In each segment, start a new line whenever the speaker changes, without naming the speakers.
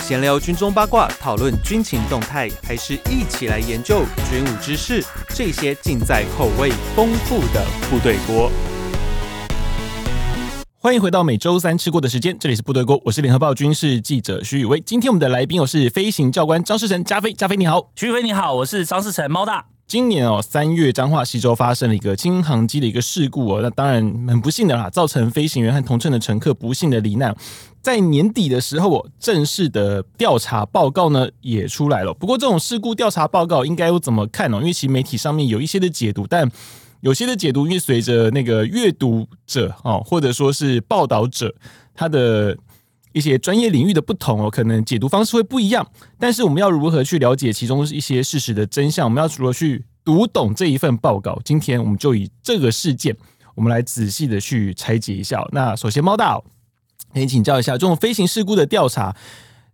闲聊军中八卦，讨论军情动态，还是一起来研究军武知识？这些尽在口味丰富的部队锅。欢迎回到每周三吃过的时间，这里是部队锅，我是联合报军事记者徐宇威。今天我们的来宾我是飞行教官张世成，加菲，加菲你好。
徐飞你好，我是张世成猫大。
今年哦，三月彰化西州发生了一个轻航机的一个事故哦，那当然很不幸的啦，造成飞行员和同乘的乘客不幸的罹难。在年底的时候哦，正式的调查报告呢也出来了。不过这种事故调查报告应该要怎么看哦？因为其实媒体上面有一些的解读，但有些的解读，因为随着那个阅读者哦，或者说是报道者，他的一些专业领域的不同哦，可能解读方式会不一样。但是我们要如何去了解其中一些事实的真相？我们要如何去读懂这一份报告？今天我们就以这个事件，我们来仔细的去拆解一下哦。那首先，猫大哦，可以请教一下，这种飞行事故的调查，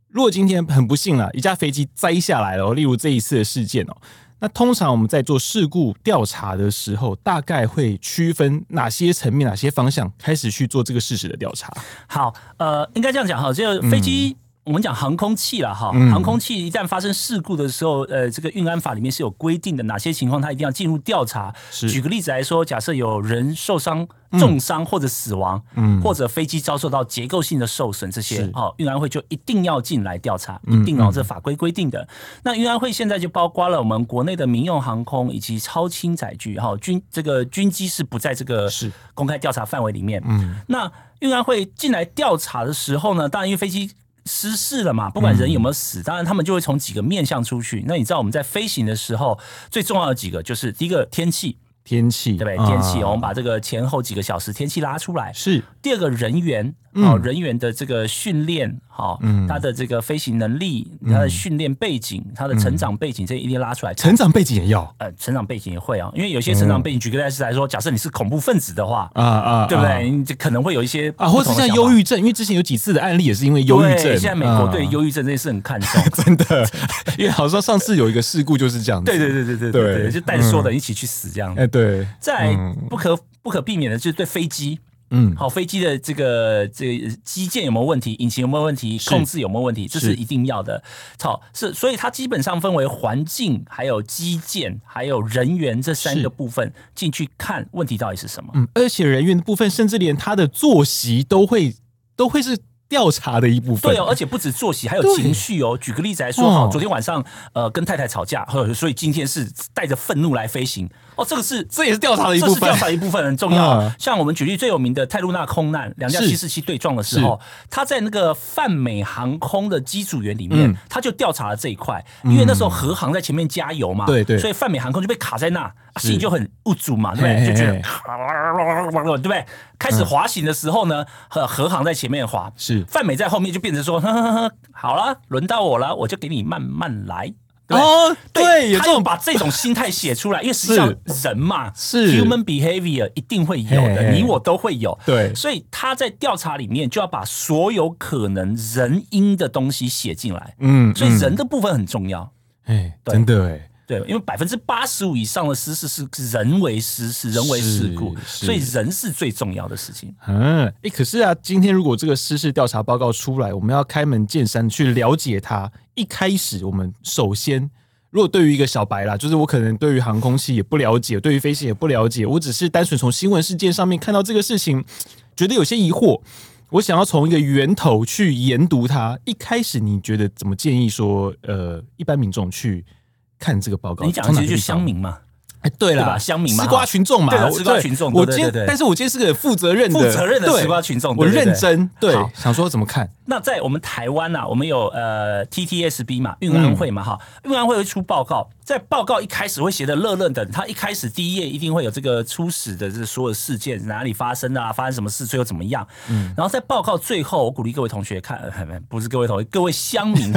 如果今天很不幸了，啊一架飞机栽下来了哦，例如这一次的事件哦，那通常我们在做事故调查的时候，大概会区分哪些层面、哪些方向开始去做这个事实的调查？
好，呃，应该这样讲哈，就飞机、我们讲航空器了哈，
嗯
航空器一旦发生事故的时候，呃，这个运安法里面是有规定的，哪些情况它一定要进入调查。
是
举个例子来说，假设有人受伤、重伤或者死亡，
嗯
或者飞机遭受到结构性的受损，这些
是
哦，运安会就一定要进来调查，
嗯
一定哦
嗯，
这法规规定的。那运安会现在就包括了我们国内的民用航空以及超轻载具，哈、军这个军机是不在这个
是
公开调查范围里面。
嗯，
那运安会进来调查的时候呢，当然因为飞机失事了嘛，不管人
嗯
有没有死，当然他们就会从几个面向出去。那你知道我们在飞行的时候最重要的几个，就是第一个天气，
天气，
对不对？天气，
啊
我们把这个前后几个小时天气拉出来。
是
第二个人员，
嗯
哦，人员的这个训练，好、
嗯
他的这个飞行能力，他的训练背景，他的成长背景，这一定拉出来。
嗯成长嗯背景也要
呃，成长背景也会啊，因为有些成长背景，举个例子来说，假设你是恐怖分子的话，
啊啊，
对不
啊
对？？你这可能会有一些
啊，或者
不
是
同的
像
想法
忧郁症，因为之前有几次的案例也是因为忧郁
对
症。
现在美国对
啊
忧郁症这件事很看 重。
真的，因为好像上次有一个事故就是这样子。
对对对对对对
对嗯
对，就带着说的一起去死这样。
哎对，
再来
嗯
不可不可避免的就是对飞机，
嗯，
好飞机的这个这个机件有没有问题，引擎有没有问题，
是
控制有没有问题，这
是
是一定要的。好，是所以它基本上分为环境、还有机件、还有人员这三
是
个部分进去看问题到底是什么。
嗯，而且人员的部分，甚至连他的作息都会都会是调查的一部分。
对哦，而且不止作息，还有
对
情绪哦。举个例子来说，
哦
哈、昨天晚上呃跟太太吵架，呵所以今天是带着愤怒来飞行。哦，这个是
这也是调查的一
这
部
是
分
调查的一部分很重要
嗯
啊。像我们举例最有名的泰露娜空难，两架
是
七四七对撞的时候，他在那个泛美航空的机组员里面
嗯，
他就调查了这一块，因为那时候和航在前面加油嘛，
对对
所以泛美航空就被卡在那，啊
是
心里就很无助嘛，对不
嘿
对？就觉
嘿
得对不对？开始滑行的时候呢，和和航在前面滑，
是
范美在后面就变成说，呵呵呵，好了，轮到我了，我就给你慢慢来。对不对
哦，对，有
他
这
有
种
把这种心态写出来，因为实际上人嘛，
是
human behavior 一定会有
嘿
的，
嘿
你我都会有。
对
所以他在调查里面就要把所有可能人因的东西写进来，
嗯，
所以
嗯
人的部分很重要。
哎，
对
真的哎，
对，因为百分之八十五以上的失事是人为失事、人为
是
事故，
是
所以人是最重要的事情。
嗯，哎、可是啊，今天如果这个失事调查报告出来，我们要开门见山去了解它。一开始，我们首先，如果对于一个小白啦，就是我可能对于航空器也不了解，对于飞行也不了解，我只是单纯从新闻事件上面看到这个事情，觉得有些疑惑，我想要从一个源头去研读它。一开始，你觉得怎么建议说，呃，一般民众去看这个报告？
你讲的
从
其
哪
实
个
就
地
是
方
乡民嘛，
哎，对
对
啦，
吧乡民嘛
吃瓜群众嘛，
对啦
我
吃瓜群众
我
对对
今天
对对
但是我今天是个负责任的、
负责任的
对
吃瓜群众
我
对对对
认真对
好，
想说怎么看？
那在我们台湾呐、我们有呃 TTSB 嘛，运安会
嗯
嘛，哈、运安会会出报告，在报告一开始会写的乐乐的，它一开始第一页一定会有这个初始的这所有事件哪里发生的啊，发生什么事，最后怎么样，嗯，然后在报告最后，我鼓励各位同学看，呃不是各位同学，各位乡 民，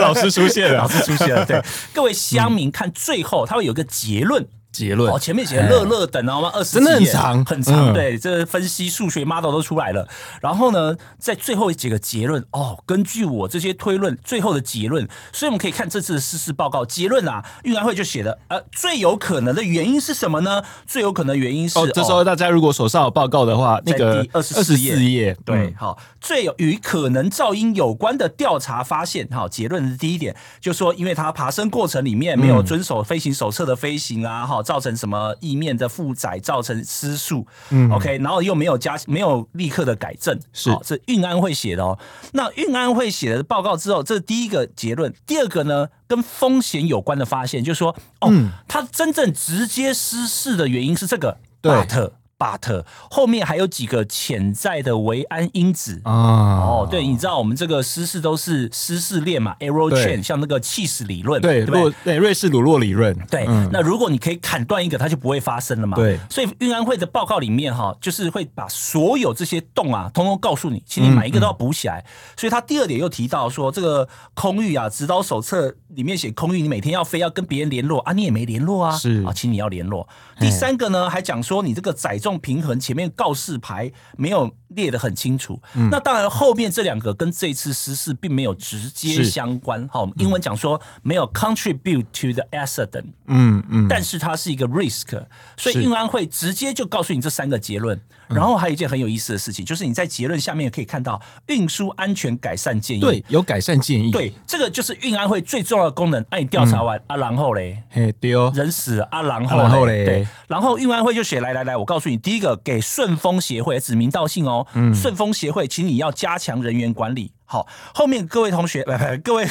老师出现了
老师出现了，对，各位乡民看最后，它会有一个结论。
结论哎
哦，。前面写乐乐等，然后二十
真的很长
很长，
嗯
对，这分析数学 model 都出来了。然后呢，在最后几个结论哦，根据我这些推论，最后的结论，所以我们可以看这次的事事报告结论啊，运安会就写的，呃，最有可能的原因是什么呢？最有可能的原因是
哦，这时候大家如果手上有报告的话，那
在
个
第24页
页，
对，
嗯，
好，最有与可能噪音有关的调查发现，哈，结论是第一点，就说因为它爬升过程里面没有遵守飞行手册的飞行啊，哈、造成什么翼面的负载，造成失速，嗯，OK，然后又没有加，没有立刻的改正，
是
好这运安会写的哦。那运安会写的报告之后，这是第一个结论，第二个呢，跟风险有关的发现，就是说，哦，它真正直接失事的原因是这个，
对
but but 后面还有几个潜在的维安因子。
啊
哦，，对，你知道我们这个失事都是失事链嘛，arrow
对
chain，像那个气势理论，
对，
对不对
洛对瑞士鲁洛理论，
对，那如果你可以砍断一个，它就不会发生了嘛。
嗯对
所以运安会的报告里面哈，就是会把所有这些洞啊，通通告诉你，请你每一个都要补起
嗯
来。所以他第二点又提到说，这个空域啊，指导手册里面写空域，你每天要飞，要跟别人联络啊，你也没联络啊，
是
啊，请你要联络。第三个呢，还讲说你这个载重平衡前面告示牌没有列得很清楚。
嗯
那当然，后面这两个跟这次失事并没有直接
是
相关。好，我们英文讲说没有 contribute to the accident。
嗯嗯，
但是它是一个 risk，所
是嗯
以运安会直接就告诉你这三个结论。然后还有一件很有意思的事情，就是你在结论下面可以看到运输安全改善建议。
对，有改善建议，，
对，这个就是运安会最重要的功能。哎、你调查完、
嗯
啊，然后嘞，
嘿，对哦，
人死了啊，然后
啊
嘞
然后嘞
对，然后运安会就写来来来，我告诉你，第一个给顺丰协会指名道姓哦，
嗯
顺丰协会，请你要加强人员管理。好，后面各位同学， 呃、不各位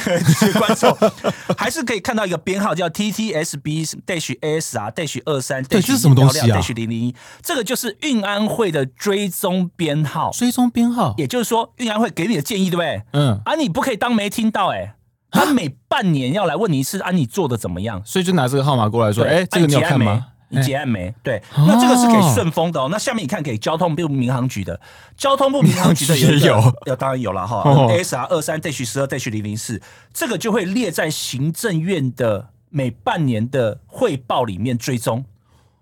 观众， 还是可以看到一个编号叫 TTSB dash AS 啊 dash 二三，
对这是什么东西啊
dash 零零一，这个就是运安会的追踪编号，
追踪编号，
也就是说运安会给你的建议，对不对？
嗯，
啊，你不可以当没听到哎、他每半年要来问你一次，啊，你做的怎么样？
所以就拿这个号码过来说，
对，
哎，哦这个你有
按结案
看
没
吗？哎
你结案没？对，那这个是给顺丰的哦。那下面你看给交通部民航局的，交通部民 航局的
民航局
有一
也
个，要当然有了哈
哦
，ASR 二三 dash 十二 dash 零零四，这个就会列在行政院的每半年的汇报里面追踪，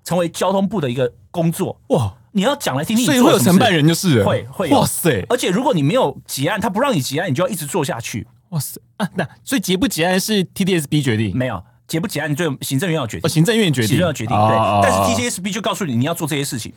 成为交通部的一个工作。
哇，
你要讲来听听，
所以会有承办
人。
人就是了
会会有
哇塞
而且如果你没有结案，他不让你结案，你就要一直做下去。
哇塞啊，那所以结不结案是 TDSB 决定，
没有结不结案，你最后行政院要决
哦，
定，
行政院决定，
行政院决定。
哦
对，但是
哦
TTSB 就告诉你你要做这些事情。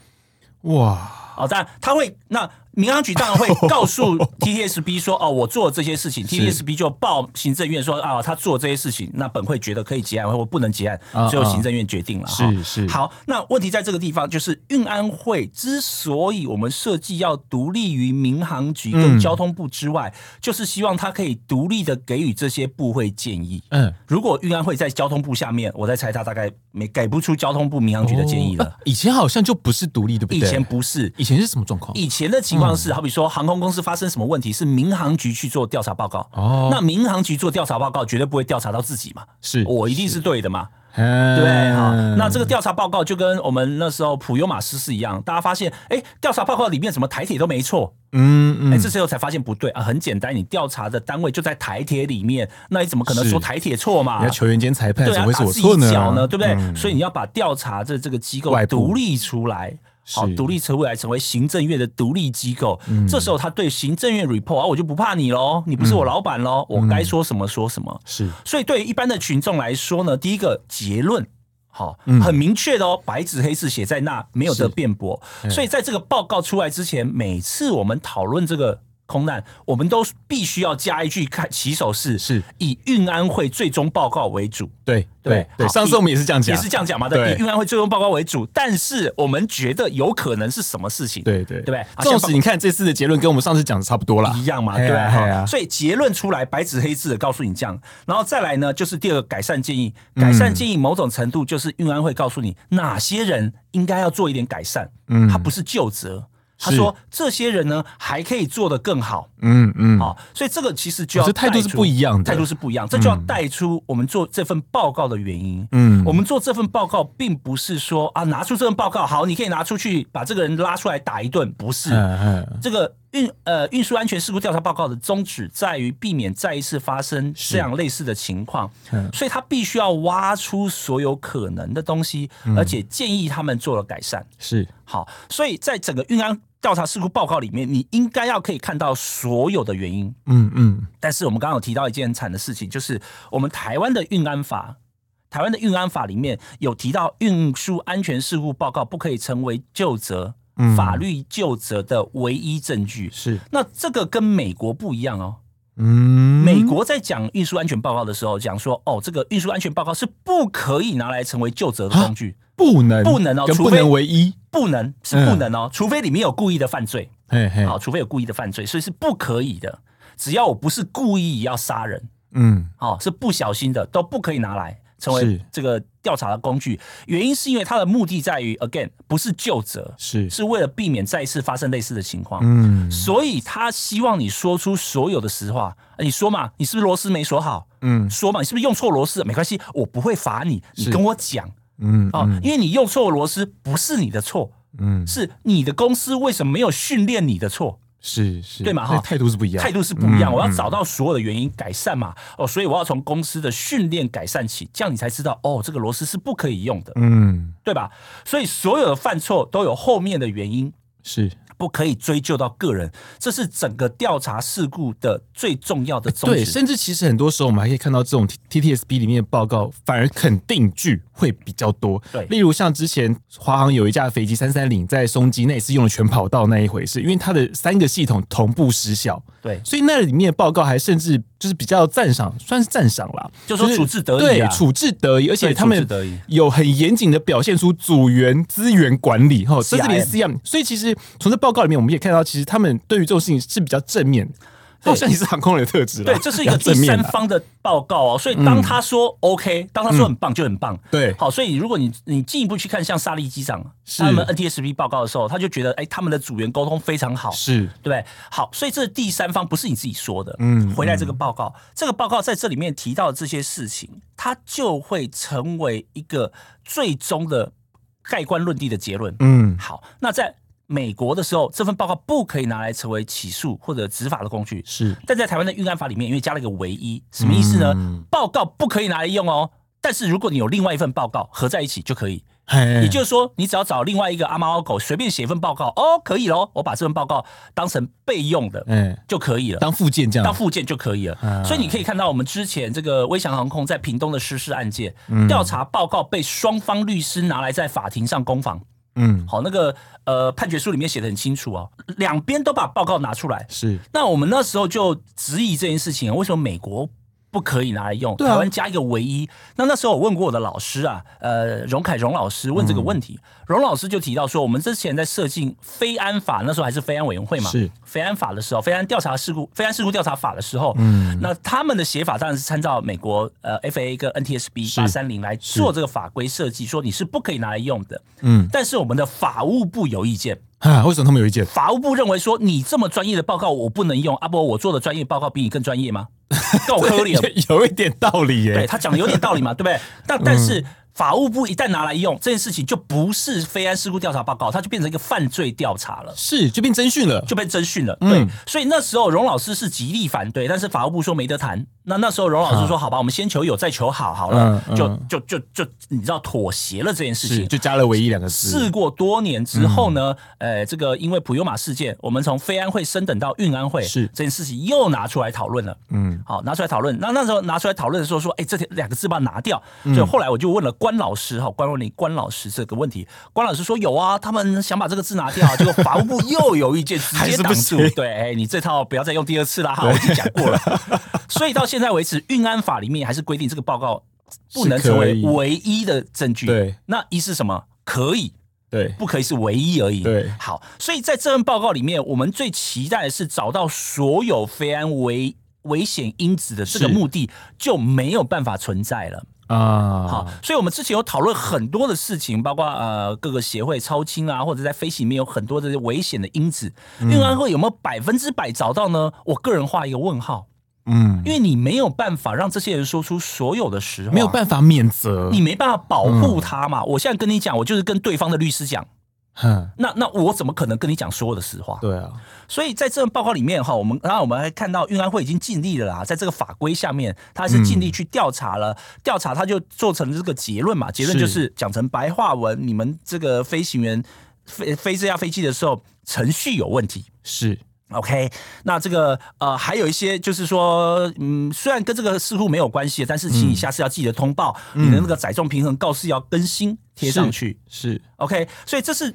哇，
哦，当然他会，那民航局当 然会告诉 TTSB 说，哦，我做了这些事情，TTSB 就报行政院说，啊、他做这些事情，那本会觉得可以结案或不能结案
啊，
最后行政院决定了。
是
哈
是
好，那问题在这个地方，就是运安会之所以我们设计要独立于民航局跟交通部之外，
嗯
就是希望它可以独立的给予这些部会建议。
嗯，
如果运安会在交通部下面，我在猜他大概没给不出交通部民航局的建议了。
哦啊以前好像就不是独立，对不对？
以前不是，
以前是什么状况？
以前的情况是，
嗯
好比说航空公司发生什么问题，是民航局去做调查报告。
哦
那民航局做调查报告，绝对不会调查到自己嘛，
是
我一定是对的嘛，
嗯
对不对？好，那这个调查报告就跟我们那时候普悠马失事一样，大家发现，哎，调查报告里面怎么台铁都没错，
嗯嗯
哎，这时候才发现不对啊，很简单，你调查的单位就在台铁里面，那你怎么可能
是
说台铁错嘛？
人家球员兼裁判
啊对
怎
啊，
么会是
打
我
自
错
己脚呢？
呢？嗯
对不对？所以你要把调查这这个机构
外部
独立出来。好，
是
独立成为来成为行政院的独立机构，
嗯
这时候他对行政院 report 啊，我就不怕你喽，你不是我老板喽，
嗯
我该说什么说什么。
是
所以对于一般的群众来说呢，第一个结论。好，
嗯
很明确的哦，白纸黑字写在那，没有得辩驳。
哎
所以在这个报告出来之前，每次我们讨论这个空难，我们都必须要加一句看起手式，
是
以运安会最终报告为主。
对
对
对，
好
上次我们也是这样讲，
也是这样讲嘛，
对
对，以运安会最终报告为主，但是我们觉得有可能是什么事情，
对对
对不对？好
纵
像
使你看这次的结论跟我们上次讲的差不多啦，
一样嘛，
嘿
对
啊
不对
嘿啊
哈所以结论出来，白纸黑字的告诉你这样，然后再来呢，就是第二个改善建议，改善建议某种程度就是运安会告诉你哪些人应该要做一点改善，嗯，他不是就责。他
是
说：“这些人呢，还可以做得更好，
嗯嗯，
好、所以这个其实就
哦
要
这态度是
带出
不一样的
态度是不一样，这就要带出我们做这份报告的原因。
嗯
我们做这份报告并不是说啊，拿出这份报告好，你可以拿出去把这个人拉出来打一顿，不是。
嗯嗯，
这个运呃运输安全事故调查报告的宗旨在于避免再一次发生这样类似的情况，
嗯
所以他必须要挖出所有可能的东西，
嗯
而且建议他们做了改善。
是
好，所以在整个运安调查事故报告里面，你应该要可以看到所有的原因。
嗯嗯
但是我们刚刚有提到一件很惨的事情，就是我们台湾的运安法，台湾的运安法里面有提到运输安全事故报告不可以成为就责、
嗯
法律就责的唯一证据。
是
那这个跟美国不一样哦。
嗯
美国在讲运输安全报告的时候，讲说哦，这个运输安全报告是不可以拿来成为就责的工具，
不能
不能哦
跟
除
不
非
能为一，
不能是不能
嗯
哦，除非里面有故意的犯罪，
嘿嘿，
好，除非有故意的犯罪，所以是不可以的。只要我不是故意要杀人，
嗯
哦，是不小心的，都不可以拿来成为
是
这个调查的工具。原因是因为它的目的在于，again，不是就责，
是
是为了避免再一次发生类似的情况。
嗯
所以他希望你说出所有的实话。呃你说嘛，你是不是螺丝没锁好？
嗯
说嘛，你是不是用错螺丝了？没关系，我不会罚你，你
是
跟我讲
嗯
哦，因为你用错螺丝不是你的错，
嗯
是你的公司为什么没有训练你的错？
是是，
对嘛
那
哈
态度是不一样，
态度是不一样，
嗯
我要找到所有的原因改善嘛。哦，所以我要从公司的训练改善起，这样你才知道哦，这个螺丝是不可以用的，
嗯
对吧？所以所有的犯错都有后面的原因，
是
不可以追究到个人，这是整个调查事故的最重要的宗
对，
旨。
甚至其实很多时候我们还可以看到这种 T T S B 里面的报告，反而肯定句会比较多。
对
例如像之前华航有一架飞机三三零在松基那次用了全跑道那一回事，因为它的三个系统同步失效，
对，
所以那里面的报告还甚至就是比较赞赏，算是赞赏啦，
就说
是
处置得
对
宜啊，
处置得宜，而且
对
他
处
们
置得宜
有很严谨的表现出组员资源管理，哈，甚至连
CRM
CM，所以其实从这报告里面我们也看到，其实他们对于这种事情是比较正面。
对
好像也是航空人的特质啦
对，这是一
比较
个第
正面啊
三
啦
方的报告哦。所以当他说 OK，当他说很棒就很棒。
嗯对
好，所以如果你你进一步去看像萨利机长啊
是
他们 NTSB 报告的时候，他就觉得哎，他们的组员沟通非常好。
是
对不对？好，所以这第三方不是你自己说的。
嗯
回来这个报告，这个报告在这里面提到的这些事情，它就会成为一个最终的盖棺论定的结论。
嗯
好，那在美国的时候，这份报告不可以拿来成为起诉或者执法的工具。
是
但在台湾的运安法里面，因为加了一个唯一，什么意思呢？
嗯
报告不可以拿来用哦，但是如果你有另外一份报告合在一起就可以。也
也
就是说，你只要找另外一个阿猫阿狗随便写一份报告，哦，可以喽，我把这份报告当成备用的
哎
就可以了。
当附件这
当
样，
附件就可以了，
啊
所以你可以看到我们之前这个微翔航空在屏东的失事案件
嗯
调查报告被双方律师拿来在法庭上攻防。
嗯
好，那个呃判决书里面写的很清楚哦，两边都把报告拿出来。
是
那我们那时候就质疑这件事情，为什么美国不可以拿来用？
对啊
台湾加一个唯一。那那时候我问过我的老师啊，呃，荣凯荣老师问这个问题，
嗯
荣老师就提到说，我们之前在设定非安法，那时候还是非安委员会嘛，
是
非安法的时候，非安调查事故、非安事故调查法的时候，
嗯
那他们的写法当然是参照美国呃 FAA 跟 NTSB
是
八三零来做这个法规设计，说你是不可以拿来用的。
嗯
但是我们的法务部有意见，
啊，为什么他们有意见？
法务部认为说你这么专业的报告我不能用，阿、波我做的专业报告比你更专业吗？ 够可怜，
有有一点道理
对
耶，
他讲的有点道理嘛，对不对？
嗯
但但是。法务部一旦拿来用这件事情，就不是非安事故调查报告，它就变成一个犯罪调查了，
是就变侦讯了，
就被侦讯
嗯
了。对，所以那时候荣老师是极力反对，但是法务部说没得谈。那那时候荣老师说：“好吧，我们先求有，再求好，好了，
嗯
就
嗯
就就就你知道妥协了这件事
是
情。”
就加了“唯一”两个字，嗯
事过多年之后呢，呃，这个因为普悠玛事件，我们从非安会升等到运安会，
是
这件事情又拿出来讨论了。
嗯，
好，拿出来讨论。那那时候拿出来讨论的时候说，哎、这两个字把它拿掉。
嗯
所以后来我就问了关老师，哈，关若林关老师这个问题，关老师说有啊，他们想把这个字拿掉， 结果法务部又有意见，直
还
接
是
挡
不
住
行。
对，哎、你这套不要再用第二次啦，哈，我已经讲过了。所以到现在为止，运安法里面还是规定这个报告不能
是可
成为
以
唯一的证据。
对，
那一是什么？可以，
对，
不可以是唯一而已。
对
好，所以在这份报告里面，我们最期待的是找到所有非安危危险因子的这个
是
目的就没有办法存在了。
啊，
好，，所以我们之前有讨论很多的事情，包括呃各个协会超轻啊，或者在飞行里面有很多的危险的因子，
嗯
运安会有没有百分之百找到呢？我个人画一个问号，
嗯，
因为你没有办法让这些人说出所有的实话，
没有办法免责
你，没办法保护他嘛。我现在跟你讲，我就是跟对方的律师讲，
哼，
那那我怎么可能跟你讲所有的实话？
对啊，
所以在这份报告里面哈，我们然后我们还看到运安会已经尽力了啦，在这个法规下面，他是尽力去调查了，调查他就做成这个结论嘛，结论就是讲成白话文，你们这个飞行员飞飞这架飞机的时候程序有问题。
是
OK，那这个呃，还有一些就是说，嗯，虽然跟这个似乎没有关系，但是请你下次要记得通报、你的那个载重平衡告示要更新贴上去。
是，
OK，所以这是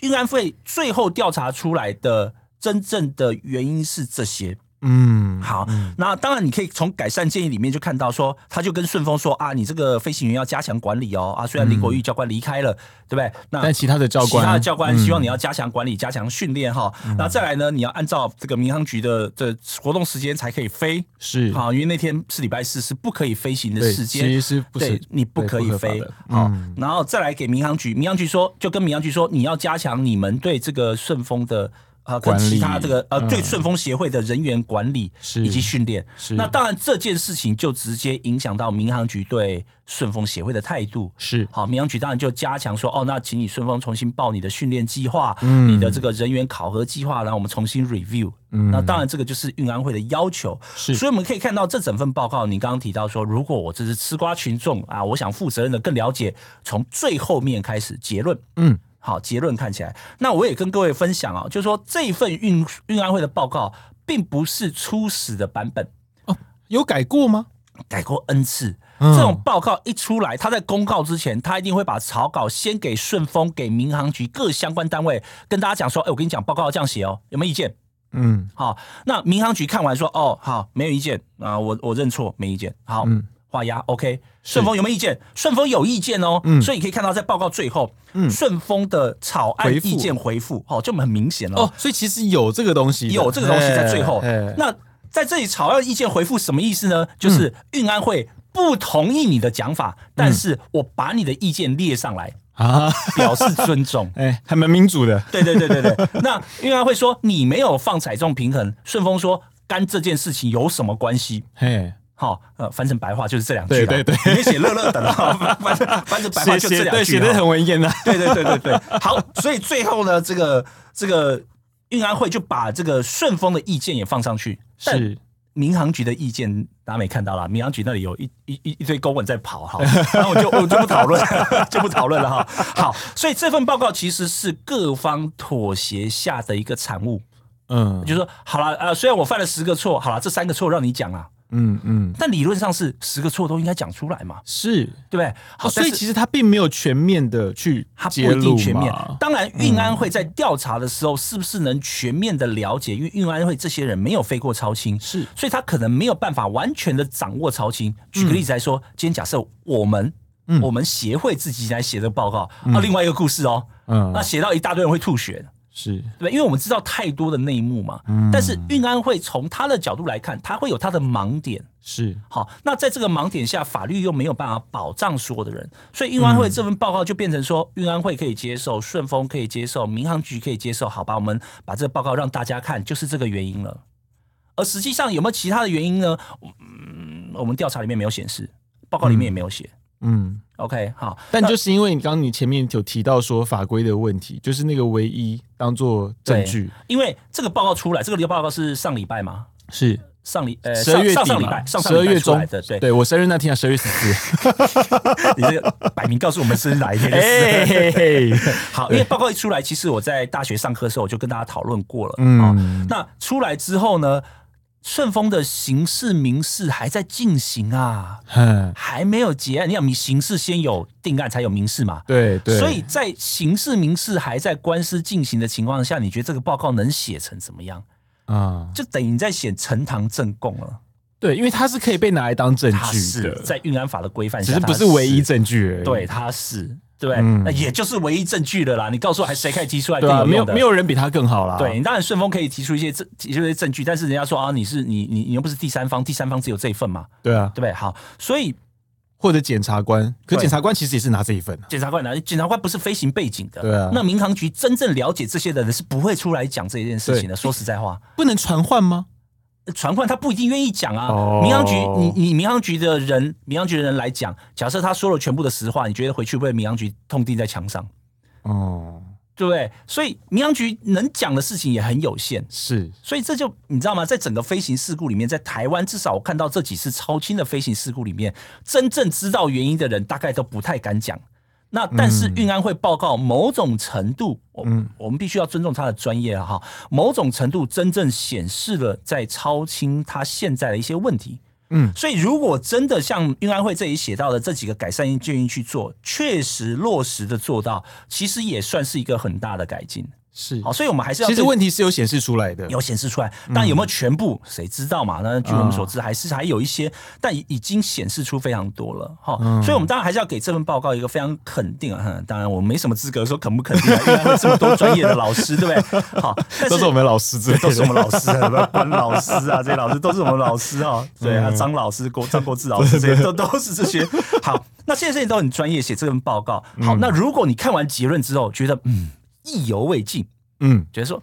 运安会最后调查出来的真正的原因是这些。
嗯，
好，那当然你可以从改善建议里面就看到说，他就跟顺丰说啊，你这个飞行员要加强管理哦啊，虽然林国玉教官离开了，对不对？那
嗯但其他的教官，嗯
其他的教官希望你要加强管理、加强训练哈。然后再来呢，你要按照这个民航局的的活动时间才可以飞。
是
好，因为那天是礼拜四，是不可以飞行的
对
时间，
其实是不
对
是
你不
对
可
不
以
合法
飞
的。嗯
好，然后再来给民航局，民航局说就跟民航局说，你要加强你们对这个顺丰的呃跟
管理嗯
其他这个呃对顺丰协会的人员管理
是
以及训练。
是
那当然这件事情就直接影响到民航局对顺丰协会的态度。
是
好，民航局当然就加强说，哦，那请你顺丰重新报你的训练计划，
嗯
你的这个人员考核计划，然后我们重新 review。
嗯
那当然这个就是运安会的要求。
是
所以我们可以看到这整份报告，你刚刚提到说，如果我这是吃瓜群众啊，我想负责任的更了解，从最后面开始结论。
嗯，
好，结论看起来，那我也跟各位分享哦，就是说这份运运安会的报告并不是初始的版本，
有改过吗？
改过 N 次。
嗯
这种报告一出来，他在公告之前，他一定会把草稿先给顺丰、给民航局各相关单位，跟大家讲说：“哎、我跟你讲，报告要这样写哦，有没有意见
嗯？”
好，那民航局看完说：“哦，好，没有意见啊、我我认错，没意见。”好，
嗯
画押 OK。顺丰有没有意见？顺丰有意见哦，
嗯
所以你可以看到在报告最后，
嗯
顺丰的草案
回复
意见回复，哦，就很明显了。
哦，所以其实有这个东西的，
有这个东西在最后
嘿嘿。
那在这里草药意见回复什么意思呢？就是运安会不同意你的讲法，但是我把你的意见列 上来，
啊，。
表示尊重
哎，还蛮民主的，
对对对对对。那运安会说你没有放载重平衡，顺丰说干这件事情有什么关系？
嘿，
好、呃，翻成白话就是这两句啦。
对对对
里面写乐乐等 啊，翻成翻成白
写
话就
写
这两
对
句哈。
写的很文言啊，
对对对对对，好，所以最后呢，这个这个运安会就把这个顺丰的意见也放上去，但
是
民航局的意见大家没看到啦，民航局那里有一一一一堆公文在跑哈， 然后我就我就不讨论 就不讨论了哈。好，所以这份报告其实是各方妥协下的一个产物，
嗯
就是说好了呃，虽然我犯了十个错，好了这三个错让你讲啦，
嗯嗯
但理论上是十个错都应该讲出来嘛，
是。
对不对？好，
哦，所以
但是
其实他并没有全面的去
它不
揭
一
露
定全面
嘛。嗯
当然，运安会在调查的时候，是不是能全面的了解？因为运安会这些人没有飞过超轻，
是
所以他可能没有办法完全的掌握超轻。举个例子来说，今天假设我们。我们协会自己来写这个报告，啊，另外一个故事哦，
嗯
那写到一大堆人会吐血，
是
对不对？因为我们知道太多的内幕嘛。但是运安会从他的角度来看，他会有他的盲点，
是，
好，那在这个盲点下，法律又没有办法保障所有的人，所以运安
嗯
会这份报告就变成说，运安会可以接受，顺丰可以接受，民航局可以接受，好吧，我们把这个报告让大家看，就是这个原因了。而实际上有没有其他的原因呢？嗯，我们调查里面没有显示，报告里面也没有写。
嗯，
OK，好，
但就是因为你刚刚你前面有提到说法规的问题，就是那个唯一当做证
对
据
因为这个报告出来，这个报告是上礼拜嘛，
是
上礼呃
十二
上
月
上
底
上礼
嘛
拜，上
十
上礼
二
拜
月
出来
中
的，对，
我生日那天啊，十二月十 四，
你这个摆明告诉我们是哪一天就是了
哎嘿嘿，
好，因为报告一出来，其实我在大学上课的时候我就跟大家讨论过了。
嗯
哦，那出来之后呢，顺丰的刑事、民事还在进行啊，
嗯，
还没有结案。你想，民刑事先有定案，才有民事嘛。
对对，
所以在刑事、民事还在官司进行的情况下，你觉得这个报告能写成怎么样？
啊，
就等于你在写呈堂证供了。
对，因为它是可以被拿来当证
它
据嗯
是
的，
在运安法的规范
只
下，
是不
它
是唯一证据而已，
对，它是对，
嗯
那也就是唯一证据了啦。你告诉我，还谁可以提出来更
对啊，
有
没有
用的？
没有人比他更好啦，
对，你当然顺丰可以提出一些证，提出一些证据，但是人家说啊，你是你你你又不是第三方，第三方只有这一份嘛，
对啊
对，不对？好，所以
或者检察官，可
对
检察官其实也是拿这一份啊，
检察官呢，检察官不是飞行背景的，
对啊
那民航局真正了解这些的人是不会出来讲这件事情的。说实在话，
不能传唤吗？
传唤他不一定愿意讲啊。
哦
民航局，你你民航局的人，民航局的人来讲，假设他说了全部的实话，你觉得回去会不会民航局痛定在墙上？
哦，
对不对？所以民航局能讲的事情也很有限，
是
所以这就你知道吗？在整个飞行事故里面，在台湾至少我看到这几次超轻的飞行事故里面，真正知道原因的人大概都不太敢讲。那但是运安会报告某种程度，我、
嗯
我们必须要尊重他的专业啊哈。某种程度真正显示了在超轻它现在的一些问题。
嗯，
所以如果真的像运安会这里写到的这几个改善建议去做，确实落实的做到，其实也算是一个很大的改进。
是
好，。所以我们还是要
其实
对
问题是有显示出来的，
有显示出来，但有没有
嗯
全部谁知道嘛？那据我们所知，还是还有一些，但已已经显示出非常多了哈。
嗯
所以，我们当然还是要给这份报告一个非常肯定啊。哼当然，我没什么资格说肯不肯定、啊，因为这么多专业的老师，对不对？ 好，但
都是我们老师之类
都是我
的。
们老师啊，关老师啊，这些老师都是我们老师啊，
嗯
对啊，张老师、郭张国志老师，这些都都是这些。好，那这些事情都很专业，写这份报告。好，
嗯
那如果你看完结论之后，觉得嗯意犹未尽，
嗯，
觉得说，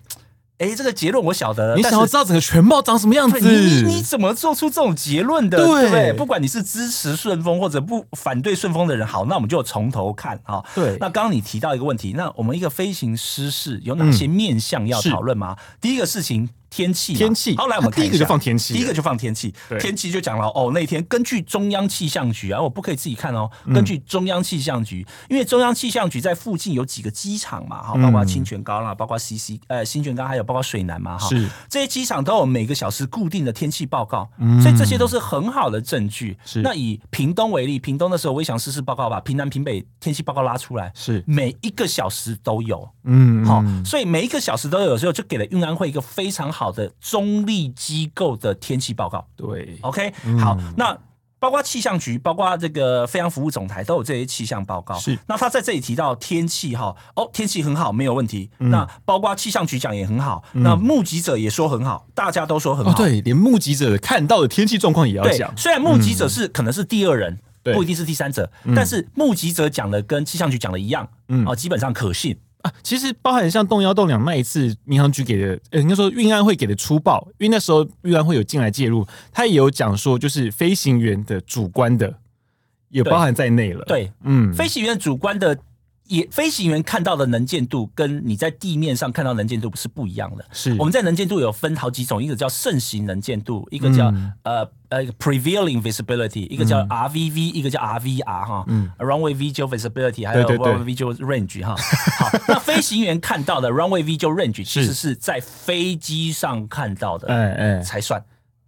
哎，这个结论我晓得了，
你
呃但
想
是
要知道整个全貌长什么样子？
对你你怎么做出这种结论的？
对
对不对？不管你是支持顺风或者不反对顺风的人，好，那我们就从头看啊。
对
那刚刚你提到一个问题，那我们一个飞行失事有哪些面向要
是
讨论吗？第一个事情。天气嘛，
天气
好，来我们
它第一
看
个就
下
放天气
第一
了
个就放天气
对，
天气就讲了哦，那一天根据中央气象局啊，我不可以自己看哦，
嗯
根据中央气象局，因为中央气象局在附近有几个机场嘛，
嗯
哈，包括清泉岗啦，包括 CC 呃新泉岗，还有包括水南嘛，哈，
是
这些机场都有每个小时固定的天气报告，
嗯
所以这些都是很好的证据。
是
那以屏东为例，屏东的时候我也想试试报告把屏南、屏北天气报告拉出来，
是
每一个小时都有。
嗯，
好、
嗯
所以每一个小时都有，时候就给了运安会一个非常好的中立机构的天气报告。
对，
OK，好，
嗯
那包括气象局，包括这个飞扬服务总台都有这些气象报告。
是，
那他在这里提到天气哈，哦，天气很好，没有问题。
嗯
那包括气象局讲也很好，那目击者也说很好，大家都说很好。
哦，对，连目击者看到的天气状况也要
对
讲，，
虽然目击者是、可能是第二人，
对
不一定是第三者，但是目击者讲的跟气象局讲的一样，
嗯
啊、基本上可信。
啊，其实包含像动幺动两那一次，民航局给的，呃，应该说运安会给的粗暴，因为那时候运安会有进来介入，他也有讲说，就是飞行员的主观的也
对
包含在内了。，
对，
嗯，
飞行员主观的也，飞行员看到的能见度跟你在地面上看到能见度是不一样的。
是
我们在能见度有分好几种，一个叫盛行能见度，一个叫、
嗯
呃呃一个 prevailing visibility，一个叫 RVV，、一个叫 RVR 哈、runway 呃 visual visibility，还有
嗯对对对
runway visual range 哈。好，那飞行员看到的 runway visual range 其
是
实是在飞机上看到的
哎哎，
才算。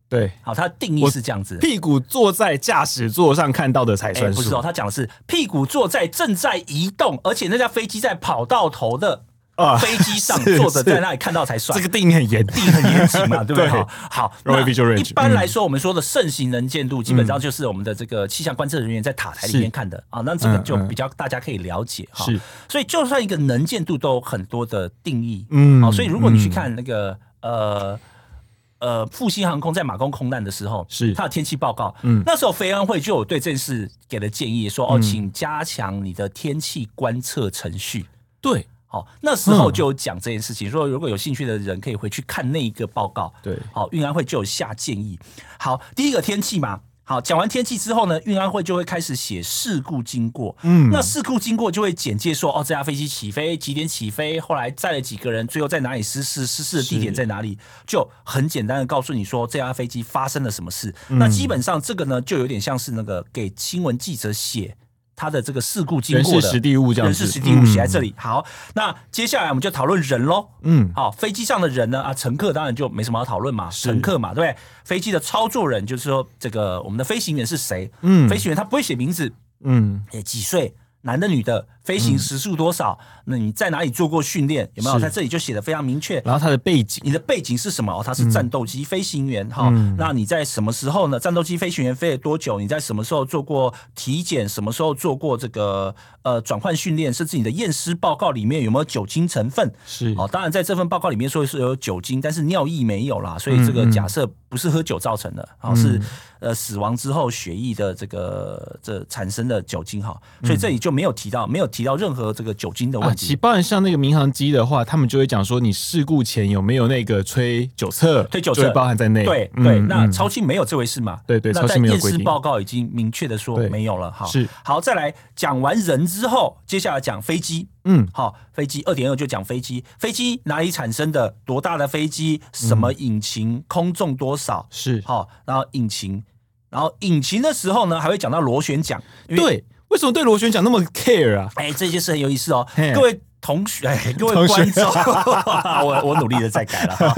对，
好，它的定义
我
是这样子。
屁股坐在驾驶座上看到的才
哎，
算
不
数
是。哦，他讲的是屁股坐在正在移动，而且那架飞机在跑道头的
啊
飞机 上
是
坐着，
是
在那里看到才算。
这个定义很严，
定很严谨嘛，对不对？
对
好，好
Runway
那
visual range，嗯
一般来说，我们说的盛行能见度，基本上就是我们的这个气象观测人员在塔台里
是
面看的啊。那这个
嗯
就
嗯
比较大家可以了解哈。
是，
所以就算一个能见度都有很多的定义，啊
嗯
好，所以如果你去
嗯
看那个呃。呃，复兴航空在马公空难的时候，
是
它有天气报告。
嗯
那时候飞安会就有对这件事给了建议，说哦，请加强你的天气观测程序。
对
好，那时候就有讲这件事情，说如果有兴趣的人可以回去看那一个报告。
对
好，运安会就有下建议。好，第一个天气嘛，好，讲完天气之后呢，运安会就会开始写事故经过。
嗯
那事故经过就会简介说，哦，这架飞机起飞几点起飞，后来载了几个人，最后在哪里失事，失事的地点在哪里，就很简单的告诉你说这架飞机发生了什么事。
嗯
那基本上这个呢，就有点像是那个给新闻记者写他的这个事故经
人
过
事
的
实地物这样
人
子，
事实地物写在
嗯
这里。好，那接下来我们就讨论人喽。
嗯，
好，飞机上的人呢？啊，乘客当然就没什么好讨论嘛，
是
乘客嘛，对不对？飞机的操作人就是说，这个我们的飞行员是谁？
嗯
飞行员他不会写名字，
嗯，
诶，几岁，男的女的，飞行时速多少？那你在哪里做过训练？有没有？
是
在这里就写的非常明确。
然后他的背景
你的背景是什么？哦，他是
嗯
战斗机飞行员哈、那你在什么时候呢？战斗机飞行员飞了多久？你在什么时候做过体检？什么时候做过这个呃转换训练？甚至你的验尸报告里面有没有酒精成分？
是
哦，当然在这份报告里面说是有酒精，但是尿液没有啦，所以这个
嗯
假设不是喝酒造成的，好、是呃死亡之后血液的这个这产生的酒精哈，所以这里就没有提到没有提到任何这个酒精的
嗯啊，
问
其
题。
包含像那个民航机的话，他们就会讲说，你事故前有没有那个吹酒测，
对酒
就
测
会包含在内。
对
嗯
对，那
嗯
超轻没有这回事嘛？
对对
那
超
在
轻没有
验
规
尸
定
报告已经明确的说
对
没有了。好，
是
好，再来讲完人之后，接下来讲飞机。
嗯
好，飞机二点二就讲飞机，飞机哪里产生的，多大的飞机，什
嗯
么引擎，空重多少，
是
好，然后引擎，然后引擎的时候呢，还会讲到螺旋桨，因为，
对，为什么对螺旋桨那么 care 啊？
哎，这些事很有意思哦
嘿，
各位。同学，哎，各位
同学
观众， 我我努力的在改了哈。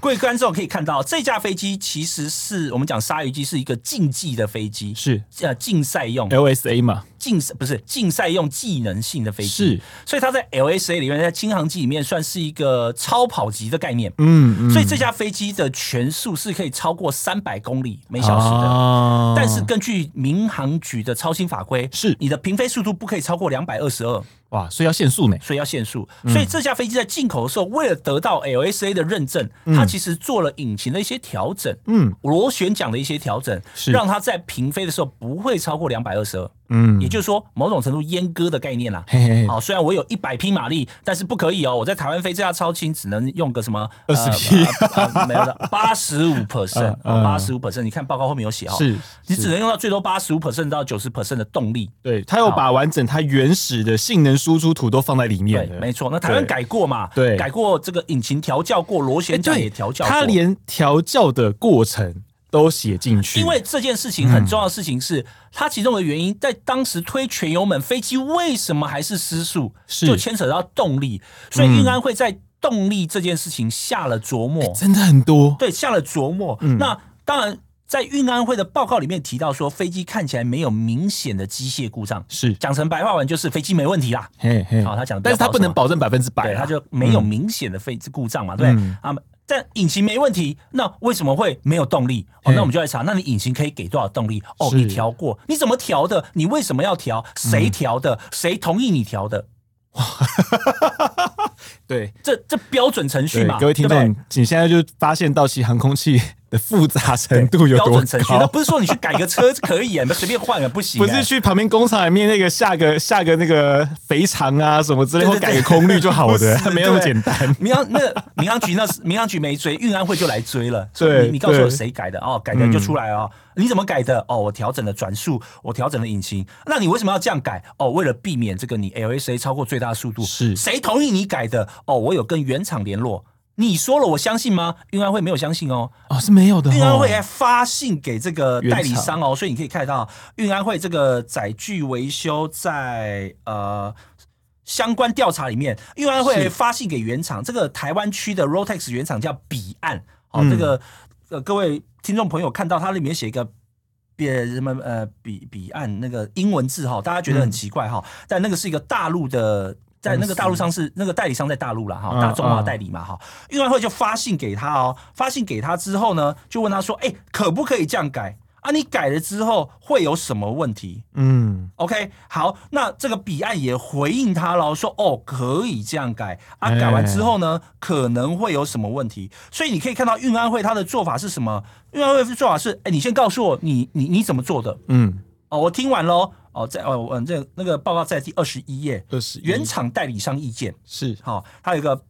各位观众可以看到，这架飞机其实是我们讲鲨鱼机是一个竞技的飞机，
是
呃竞赛用，
LSA 嘛？
竞赛不是竞赛用技能性的飞机
是，
所以它在 LSA 里面，在轻航机里面算是一个超跑级的概念。
嗯嗯，
所以这架飞机的全速是可以超过三百公里每小时的。
啊
但是根据民航局的超新法规，
是
你的平飞速度不可以超过两百二十二，
哇，所以要限速呢。
所以要限速。
嗯
所以这架飞机在进口的时候，为了得到 LSA 的认证，它其实做了引擎的一些调整，
嗯
螺旋桨的一些调整，
是
让它在平飞的时候不会超过两百二十二。
嗯
也，就是说，某种程度阉割的概念啦、
嘿嘿嘿，
好，虽然我有一百匹马力，但是不可以哦。我在台湾飞这架超轻，只能用个什么
20匹
呃呃呃没有的，八十五 percent，
嗯
八十五 percent。你看报告后面有写哦，
是
你
是
只能用到最多八十五 percent 到九十 percent 的动力。
对，它有把完整它原始的性能输出图都放在里
对
面，
没错。那台湾
对
改过嘛？
对
改过这个引擎调教过，螺旋桨也调教过。
它连调教的过程都写进去，
因为这件事
嗯
情很重要的事情是，它其中的原因在当时推全油门，飞机为什么还是失速，
是
就牵扯到动力，所以
嗯
运安会在动力这件事情下了琢磨，
哎真的很多，
对，下了琢磨。
嗯
那当然，在运安会的报告里面提到说，飞机看起来没有明显的机械故障，
是，
讲成白话文就是飞机没问题啦。
嘿嘿，
好，他讲得
但
比较
是它
保守嘛，
不能保证百分之百啊
对，
啦，
它就没有明显的飞故障嘛，对不对
嗯
啊？但引擎没问题，那为什么会没有动力？哦，
嘿
那我们就来查，那你引擎可以给多少动力？哦，
嗯是嗯
你调过，你怎么调的？你为什么要调？谁调的？谁同意你调的？
对
这这标准程序
对
嘛，，
各位听
对不对
众，你现在就发现到其航空器的复杂程度有
标
多
准程序，那
高。
不是说你去改个车 可以啊，你们随便换啊，不行啊，
不是去旁边工厂里面那个下个下个那个肥肠啊什么之类，
对对
或改个空滤就好的
不是，
没那么
对
简 单。
民航那个民航局那是民航局没追，运安会就来追了。所以
对
你你告诉
对
我
嗯
谁改的哦，改的就出来哦。你怎么改的？哦，我调整了转速，我调整了引擎。那你为什么要这样改？哦，为了避免这个你 LSA 超过最大速度。
是
谁同意你改的？哦，我有跟原厂联络。你说了，我相信吗？运安会没有相信哦，
哦，是没有的
运安会
哦。
还发信给这个代理
原厂
商哦，所以你可以看到运安会这个载具维修在呃相关调查里面，运安会
是
发信给原厂，这个台湾区的 Rotex 原厂叫彼岸，哦，
嗯
这个呃各位听众朋友看到它里面写一个。别什么呃，彼彼岸那个英文字哈，大家觉得很奇怪哈、但那个是一个大陆的，在那个大陆上是那个代理商在大陆啦哈，
嗯
大中华
嗯
代理嘛哈，运安会就发信给他哦，发信给他之后呢，就问他说，哎、可不可以这样改啊？你改了之后会有什么问题
嗯，
？OK，好，那这个彼岸也回应他了，说哦，可以这样改啊，
哎
改完之后呢，可能会有什么问题？所以你可以看到运安会他的做法是什么？运安会的做法是，哎、你先告诉我你你你怎么做的
嗯，
哦，我听完喽。哦，在哦，我这那个报告在第二十一页，
二十
原厂代理商意见。
是
好、它有一个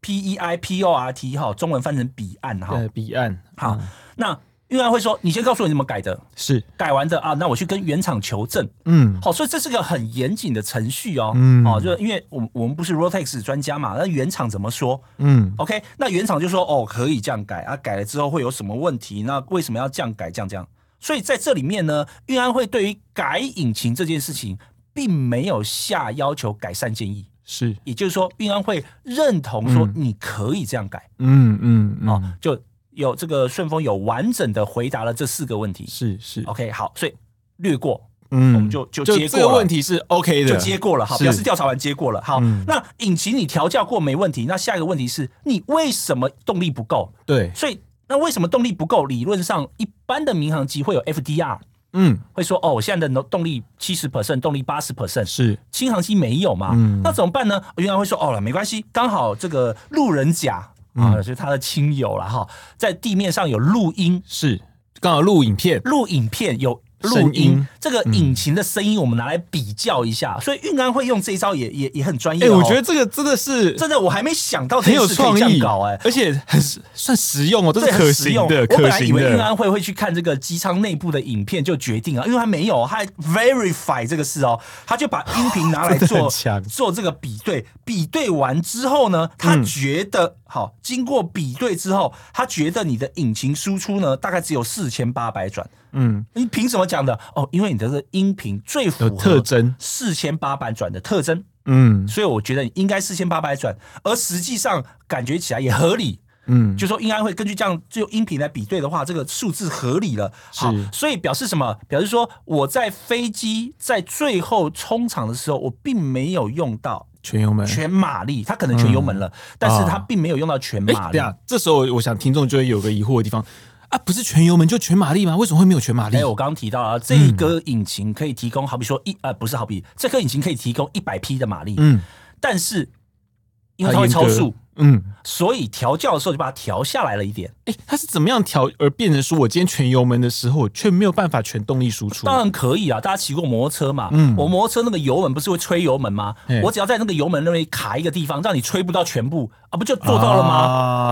P E I P O R T 哈、中文翻成彼岸哈。
呃彼岸
好，那运安会说，你先告诉我你怎么改的，
是
改完的啊，那我去跟原厂求证。
嗯
好、所以这是个很严谨的程序哦。
嗯
哦，就是因为我们我们不是 Rotex 专家嘛，那原厂怎么说？
嗯
OK，那原厂就说哦，可以这样改啊，改了之后会有什么问题？那为什么要这样改？这样这样。所以在这里面呢，运安会对于改引擎这件事情，并没有下要求改善建议，
是
也就是说，运安会认同说
嗯
你可以这样改、
嗯嗯嗯
哦，就有这个顺丰有完整的回答了这四个问题。
是是
OK，好，所以略过
嗯
我们就就
哦就
接
这
过
个
了
问题是 OK 的，
就接过了，好，
是
表示调查完接过了，好。
嗯
那引擎你调教过没问题，那下一个问题是你为什么动力不够？
对，
所以那为什么动力不够？理论上，一般的民航机会有 FDR，
嗯
会说哦，我现在的动力七十 percent，动力八十 percent。
是
轻航机没有嘛？
嗯
那怎么办呢？原来会说哦，没关系，刚好这个路人甲
嗯
啊，就是他的亲友了哈，在地面上有录音、
是刚好录影片
录影片，有录
声
音
音，
这个引擎的声音，我们拿来比较一下。所以运安会用这一招也也也很专业
哎、
哦。
我觉得这个真的是
真的我还没想到这
很
件
有
事可
创
以这样
意，
搞哎。
而且很实算实用哦，这
这
是
很
可
实
行
用
的，
我本
可
来以
行
为运
的。
安会会去看这个机舱内部的影片就决定啊，因为他没有，他还 verify 这个事哦，他就把音频拿 来
真的
做
很强
做这个比对，比对完之后呢，他觉得、好，经过比对之后，他觉得你的引擎输出呢大概只有四千八百转，
嗯，
你凭什么讲的？哦，因为你的这个音频最符
有
合
特征
四千八百转的特征，
嗯
所以我觉得你应该四千八百转，而实际上感觉起来也合理。
嗯，
就说应该会根据这样就音频来比对的话，这个数字合理了。好，所以表示什么？表示说我在飞机在最后冲场的时候，我并没有用到
全友们，
全马力，它可能全油门了，但是它并没有用到全
嗯哎、
马
对
力。
啊，这时候我想听众就会有个疑惑的地方啊，不是全油门就全马力吗？为什么会没有全马力？
还有我刚刚提到啊，
嗯
这个引擎可以提供，好比说一呃不是好比，这颗引擎可以提供一百匹的马力，
嗯，
但是因为它会超速，，
嗯，
所以调教的时候就把它调下来了一点。
哎、它是怎么样调而变成说我今天全油门的时候，我却没有办法全动力输出？
当然可以啊，大家骑过摩托车嘛，
嗯
我摩托车那个油门不是会吹油门吗
嘿？
我只要在那个油门那边卡一个地方，让你吹不到全部啊，不就做到了吗？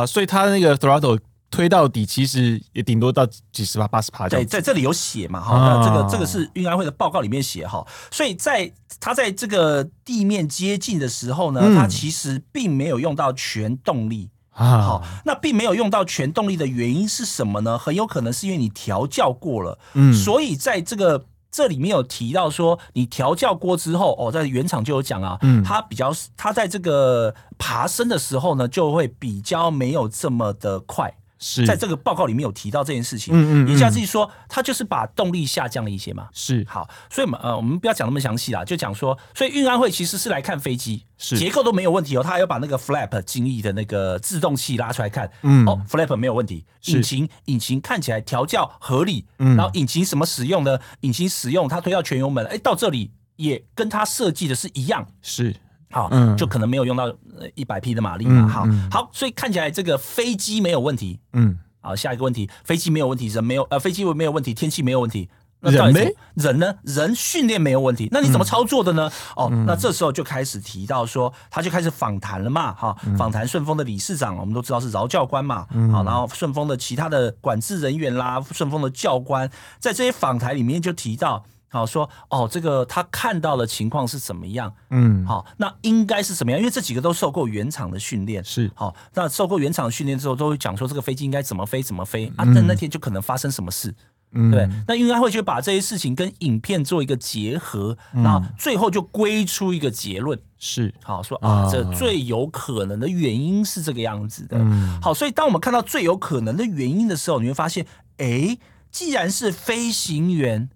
啊，所以它那个 throttle 推到底，其实也顶多到几十趴、八十趴这
对，
样子。
在这里有写嘛哈，
啊
那这个这个是运安会的报告里面写哈，所以在它在这个地面接近的时候呢，
嗯
它其实并没有用到全动力。
啊，
好，那并没有用到全动力的原因是什么呢？很有可能是因为你调教过了，
嗯
所以在这个这里面有提到说，你调教过之后，哦，在原厂就有讲啊，
嗯
它比较它在这个爬升的时候呢，就会比较没有这么的快。
是
在这个报告里面有提到这件事情，
嗯嗯嗯
也就是说，它就是把动力下降了一些嘛。
是
好，所以我们呃，我们不要讲那么详细啦，就讲说，所以运安会其实是来看飞机，
是
结构都没有问题哦，他还要把那个 flap 襟翼的那个制动器拉出来看，
嗯
哦，flap 没有问题，
是
引擎引擎看起来调教合理，
嗯
然后引擎什么使用呢？引擎使用它推到全油门，哎，到这里也跟它设计的是一样，
是，
好，
嗯
就可能没有用到呃一百匹的马力
嗯
嘛，好
嗯
好，所以看起来这个飞机没有问题，
嗯，
好，下一个问题，飞机没有问题，人没有，呃，飞机没有问题，天气没有问题。那
人
到底怎
没嗯
么人呢？人训练没有问题，那你怎么操作的呢？哦，那这时候就开始提到说，他就开始访谈了嘛，哈、
嗯
访谈顺丰的理事长，我们都知道是饶教官嘛，好、然后顺丰的其他的管制人员啦，顺丰的教官，在这些访谈里面就提到，好、说哦，这个他看到的情况是怎么样，
嗯，
好、那应该是怎么样？因为这几个都受过原厂的训练，
是
好、那受过原厂训练之后，都会讲说这个飞机应该怎么飞，怎么飞啊。但那天就可能发生什么事，
嗯
对，那应该会去把这些事情跟影片做一个结合，然后最后就归出一个结论。
是，
好，说
啊
啊，这最有可能的原因是这个样子的。
嗯
好，所以当我们看到最有可能的原因的时候，你会发现，诶，既然是飞行员，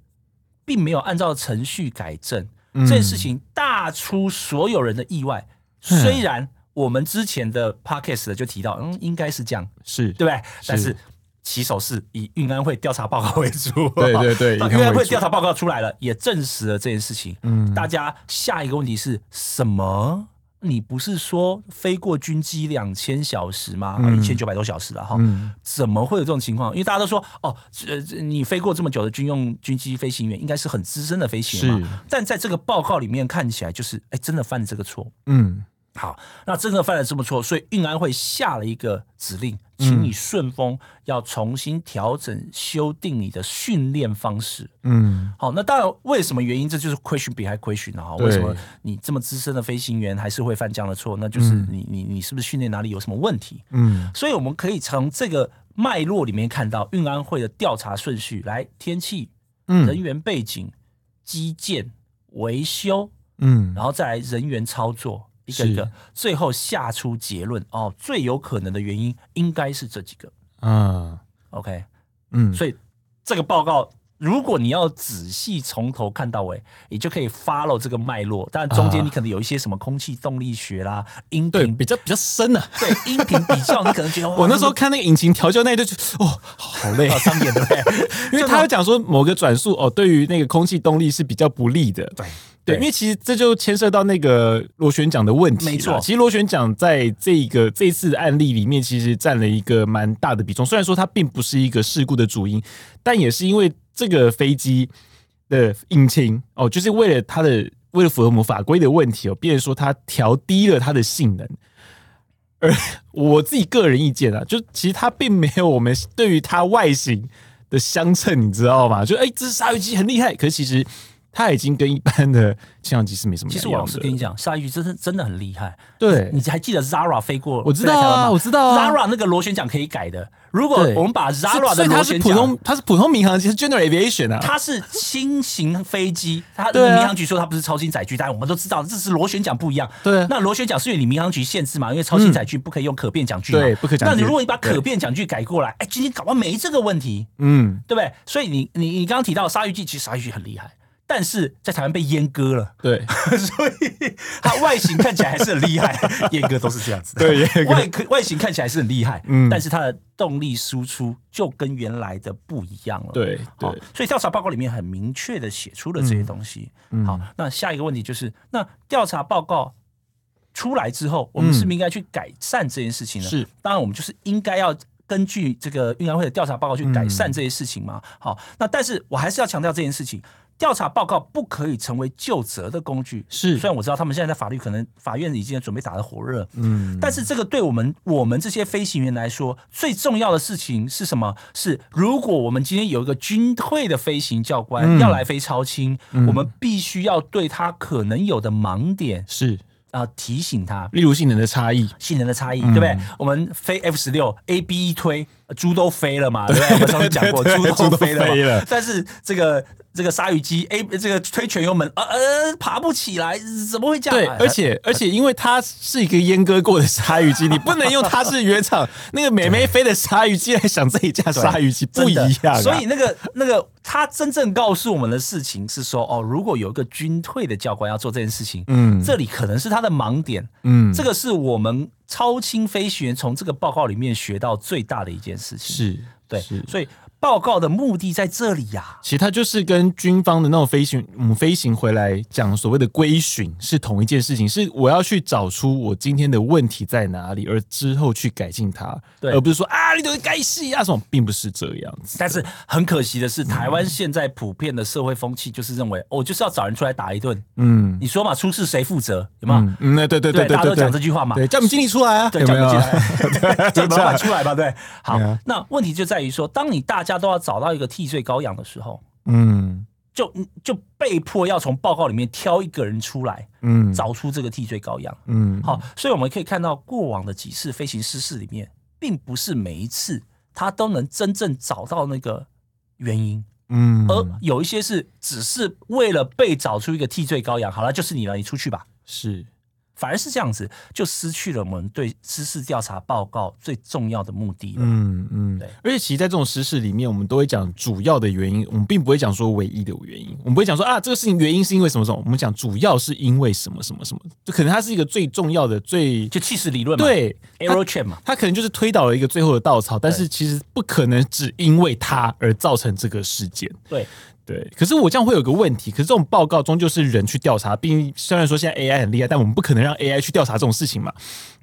并没有按照程序改正，
嗯
这件事情大出所有人的意外。
嗯
虽然我们之前的 podcast 就提到，嗯，应该是这样，
是，
对不对？但
是
是起手是以运安会调查报告为主，
对对对
那
以
运
他为
安会
主
调查报告出来了，也证实了这件事情。
嗯
大家下一个问题是什么？你不是说飞过军机两千小时吗？一千九百多小时了哈，
嗯
怎么会有这种情况？因为大家都说哦，呃，这你飞过这么久的军用军机飞行员，应该是很资深的飞行员嘛。但在这个报告里面看起来，就是哎，真的犯了这个错。
嗯
好，那真的犯了这么错，所以运安会下了一个指令，请
嗯
你顺丰要重新调整、修订你的训练方式。
嗯
好，那当然，为什么原因？这就是 question behind question 啊！
对
为什么你这么资深的飞行员还是会犯这样的错？那就是你、你你是不是训练哪里有什么问题？
嗯
所以我们可以从这个脉络里面看到运安会的调查顺序：来天气、人
嗯
员背景、基建、维修，
嗯，
然后再来人员操作，一个
是
一个，最后下出结论哦，最有可能的原因应该是这几个。
啊，
OK，
嗯，
所以这个报告，如果你要仔细从头看到尾，你就可以 follow 这个脉络。但中间
啊
你可能有一些什么空气动力学啦、音
对，
频
比较比较深啊。
对音频比较，你可能觉 得哇
哦我那时候
这
看那个引擎调教那一段，就哦，好累
个，好伤眼，对不对？
因为他有讲说某个转速哦，对于那个空气动力是比较不利的。
对
对，因为其实这就牵涉到那个螺旋桨的问题啦。
没错
其实螺旋桨在这个这一次的案例里面，其实占了一个蛮大的比重。虽然说它并不是一个事故的主因，但也是因为这个飞机的引擎哦，就是为了它的为了符合我们法规的问题哦，变成说它调低了它的性能。而我自己个人意见啊，就其实它并没有我们对于它外形的相称，你知道吗？就哎、这鲨鱼机很厉害，可是其实它已经跟一般的气象机是没什么
其实
两
我
样
老
的
实跟你讲，鲨鱼真的真的很厉害。
对
你还记得 Zara 飞过？
我知道啊，我知道啊
Zara 那个螺旋桨可以改的。如果
对
我们把 Zara
所
的
以它
螺
是
旋
普
桨
通，它是普通民航机，是 General Aviation 啊。
它是轻型飞机，它
对啊
民航局说它不是超轻载具，但我们都知道这是螺旋桨不一样。
对啊
那螺旋桨是因为你民航局限制嘛，因为超轻载具不可以用可变桨具嘛，
对不可讲
那你
具
如果你把
对
可变桨具改过来，哎，今天搞不好没这个问题，
嗯，
对不对？所以你你你刚刚提到鲨鱼记，其实鲨鱼记很厉害，但是在台湾被阉 割了，
对
所以它外形看起来还是很厉害，阉割都是这样子。
对，
外壳外形看起来是很厉害，
嗯
但是它的动力输出就跟原来的不一样了。
对
好
对，
所以调查报告里面很明确的写出了这些东西。
嗯
好，那下一个问题就是，那调查报告出来之后，我们是不是应该去改善这件事情呢？
嗯是，
当然我们就是应该要。根据这个运安会的调查报告去改
嗯
善这些事情嘛？好，那但是我还是要强调这件事情，调查报告不可以成为就责的工具。
是
虽然我知道他们现在在法律可能法院已经准备打得火热，
嗯，
但是这个对我们我们这些飞行员来说，最重要的事情是什么？是如果我们今天有一个军队的飞行教官、
嗯
要来飞超轻，我们必须要对他可能有的盲点
是，
啊、提醒他。
例如性能的差异，
性能的差异，
嗯
对不对？我们飞 F 十六 A B 一推，猪都飞了嘛，对 不对？我们上次讲过，
对对对
猪
猪
都
都
飞了嘛
飞了
但是这个这个鲨鱼机 A 这个推全油门，呃呃，爬不起来，怎么会这样？
对，
哎
而且而且，因为它是一个阉割过的鲨鱼机，你不能用它是原厂那个美眉飞的鲨鱼机来想这一架鲨鱼机不一样
真
啊、
的所以那个那个他真正告诉我们的事情是说，哦，如果有一个军退的教官要做这件事情，
嗯
这里可能是他的盲点，
嗯
这个是我们超轻飞行员从这个报告里面学到最大的一件事情。
是
对
是，
所以报告的目的在这里呀、
其实它就是跟军方的那种飞行，嗯，飞行回来讲所谓的归巡是同一件事情，是我要去找出我今天的问题在哪里，而之后去改进它，
对
而不是说啊，你都是该戏啊什么，并不是这样子。
但是很可惜的是，台湾现在普遍的社会风气就是认为，我、哦、就是要找人出来打一顿。
嗯
你说嘛，出事谁负责？有没有？
嗯嗯，对对对
对
对
大家都
对，
讲这句话嘛
对，叫你们经理出来啊，
对，
有
讲
没
不
有
进？ 来，叫老板出来吧。对，好
对啊，
那问题就在于说，当你大家都要找到一个替罪羔羊的时候，
嗯
就就被迫要从报告里面挑一个人出来，
嗯
找出这个替罪羔羊。
嗯，
好，所以我们可以看到，过往的几次飞行失事里面，并不是每一次他都能真正找到那个原因，
嗯，
而有一些是只是为了被找出一个替罪羔羊。好了，就是你了，你出去吧。
是
反而是这样子，就失去了我们对知识调查报告最重要的目的了。
嗯嗯
对，
而且其实在这种时事里面，我们都会讲主要的原因，我们并不会讲说唯一的原因，我们不会讲说啊这个事情原因是因为什么什么，我们讲主要是因为什么什么什么，就可能它是一个最重要的最
就气势理论嘛，
对它
，arrow chain 嘛，
它可能就是推倒了一个最后的稻草，但是其实不可能只因为它而造成这个事件。
对，
对，可是我这样会有个问题，可是这种报告终究是人去调查，毕竟虽然说现在 AI 很厉害，但我们不可能让 AI 去调查这种事情嘛。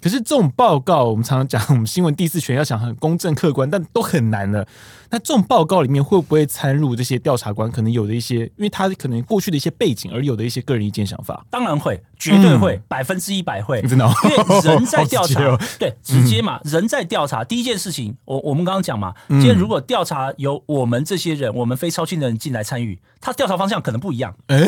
可是这种报告，我们常常讲， 我们新闻第四权要想很公正客观，但都很难了。那这种报告里面会不会掺入这些调查官可能有的一些，因为他可能过去的一些背景而有的一些个人意见想法？
当然会，绝对会，百分之一百会，
嗯真的哦
因为人在 调
好直接
查
哦，
对，直接嘛，人在调查。第一件事情，我我们刚刚讲嘛，
嗯
今天如果调查由我们这些人，我们非超性的人进来参与，他调查方向可能不一样，
哎，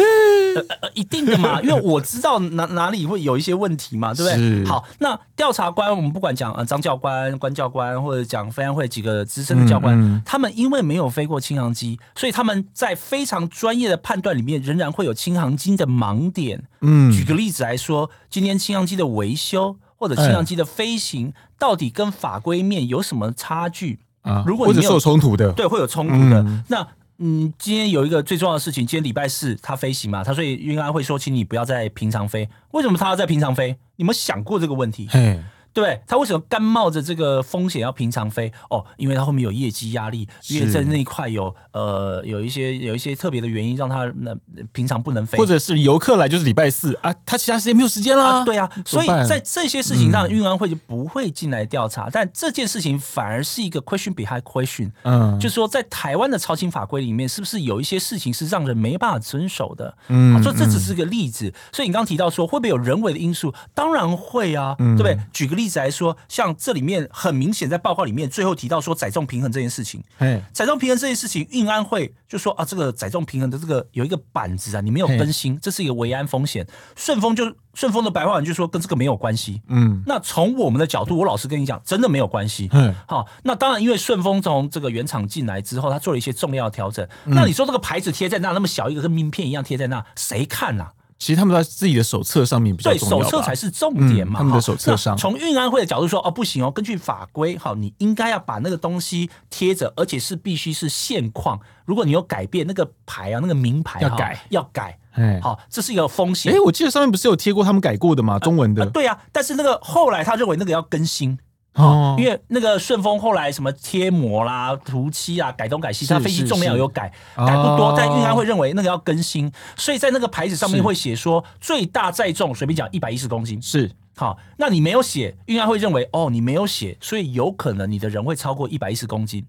呃，一定的 嘛，因为我知道哪哪里会有一些问题嘛，对不对？
是
好，那调查官，我们不管讲呃张教官、关教官，或者讲飞安会几个资深的教官，
嗯嗯
他们因为没有飞过轻航机，所以他们在非常专业的判断里面，仍然会有轻航机的盲点。举
嗯，
个例子来说，今天轻航机的维修或者轻
哎
航机的飞行，到底跟法规面有什么差距？
啊
如果
或
你
者
没有
受冲突的，
对，会有冲突的。
嗯
那嗯，今天有一个最重要的事情，今天礼拜四他飞行嘛，他所以运安会说，请你不要在平常飞。为什么他要在平常飞？你有没有想过这个问题？
嘿，
对他为什么干冒着这个风险要平常飞？哦，因为他后面有业绩压力，因为在那一块有呃有一些有一些特别的原因让他那、平常不能飞，
或者是游客来就是礼拜四啊，他其他时间没有时间啦、
啊，对啊，
怎
所
么
以
办嗯
在这些事情上，运安会就不会进来调查，但这件事情反而是一个 question behind question，
嗯，
就是说在台湾的超轻法规里面，是不是有一些事情是让人没办法遵守的？
嗯
好所以这只是个例子。所以你刚刚提到说会不会有人为的因素？当然会啊，
嗯
对不对？举个例子来说，像这里面很明显在报告里面最后提到说载重平衡这件事情，
嘿，
载重平衡这件事情，运安会就说啊，这个载重平衡的这个有一个板子啊，你没有
嘿
更新，这是一个维安风险。顺丰就顺丰的白话文就说跟这个没有关系。
嗯，
那从我们的角度，我老实跟你讲，真的没有关系。
嘿，
好，那当然，因为顺丰从这个原厂进来之后，他做了一些重要的调整。
嗯
那你说这个牌子贴在那那么小一个，跟名片一样贴在那，谁看呐、
其实他们在自己的手册上面比较
对，
重要吧，
手册才是重点嘛。
嗯他们的
哈
手册上
那从运安会的角度说，哦，不行哦，根据法规，好，你应该要把那个东西贴着，而且是必须是现况。如果你有改变那个牌啊，那个名牌
要
哈
改，
要改。
嘿，
好，这是一个风险
哎，。我记得上面不是有贴过他们改过的嘛，中文
啊
的
对啊，但是那个后来他认为那个要更新，
哦
因为那个顺丰后来什么贴膜啦、涂漆啊、改东改西，
是
它飞机重量有改，
是
改不
哦
多，但运安会认为那个要更新，所以在那个牌子上面
是
会写说最大载重，随便讲一百一十公斤。
是
好，那你没有写，运安会认为哦，你没有写，所以有可能你的人会超过一百一十公斤。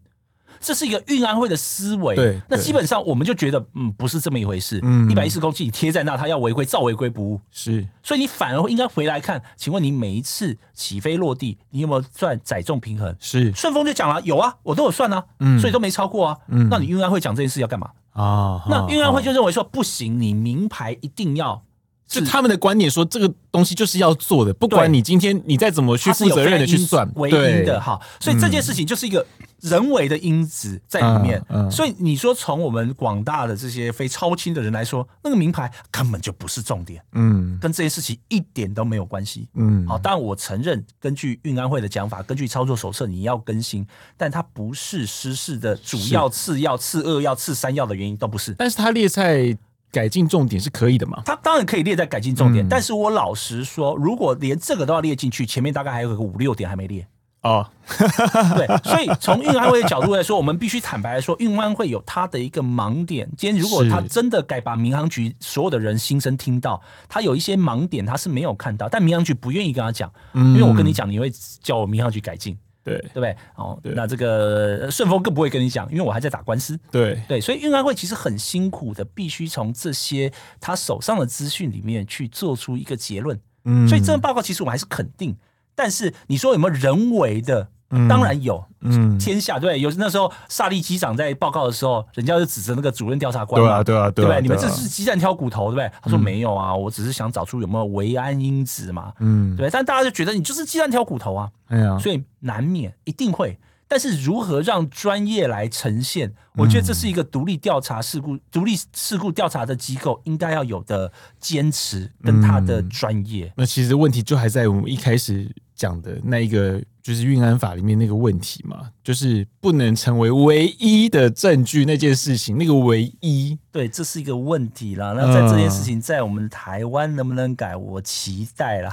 这是一个运安会的思维，
对
那
对
基本上我们就觉得，嗯，不是这么一回事。
嗯
一百一十公斤你贴在那，他要违规，照违规不误。
是，
所以你反而会应该回来看，请问你每一次起飞落地，你有没有算载重平衡？
是
顺丰就讲了，有啊，我都有算啊，
嗯
所以都没超过啊。
嗯
那你运安会讲这件事要干嘛？
啊，
那运安会
哦
就认为说不行，你名牌一定要
就他们的观点说，这个东西就是要做的，不管你今天你再怎么去
它是
负
有
责任的去算，
唯一
对
的哈，所以这件事情就是一个人为的因子在里面。
嗯嗯
所以你说从我们广大的这些非超轻的人来说，那个名牌根本就不是重点，
嗯
跟这件事情一点都没有关系。
嗯，
好，当然我承认，根据运安会的讲法，根据操作手册你要更新，但它不是失事的主要、次要、次二要、次三要的原因，都不是。
但是他列菜改进重点是可以的嘛？
它当然可以列在改进重点，
嗯
但是我老实说，如果连这个都要列进去，前面大概还有个五六点还没列。
哦，
对，所以从运安会的角度来说，我们必须坦白来说，运安会有它的一个盲点。今天如果
是
他真的该把民航局所有的人心声听到，他有一些盲点他是没有看到，但民航局不愿意跟他讲，因为我跟你讲，你会叫我民航局改进。
嗯对
对不对？哦，
对
那这个呃顺丰更不会跟你讲，因为我还在打官司。
对，
对，所以运安会其实很辛苦的，必须从这些他手上的资讯里面去做出一个结论。
嗯
所以这份报告其实我们还是肯定，但是你说有没有人为的？
嗯
当然有，
嗯，
天下对，有那时候萨利机长在报告的时候，人家就指着那个主任调查官
对
嘛
啊，，对啊，
对
啊
不
啊
对？你们这是鸡蛋挑骨头，对不对？他说没有啊，我只是想找出有没有维安因子嘛，
嗯，
对。但大家就觉得你就是鸡蛋挑骨头啊，
哎呀，
所以难免一定会。但是如何让专业来呈现，
嗯
我觉得这是一个独立调查事故、独立事故调查的机构应该要有的坚持跟他的专业。
那其实问题就还在我们一开始讲的那一个，就是运安法里面那个问题嘛，就是不能成为唯一的证据那件事情，那个唯一，
对，这是一个问题啦。
嗯
那在这件事情在我们台湾能不能改，我期 待啦。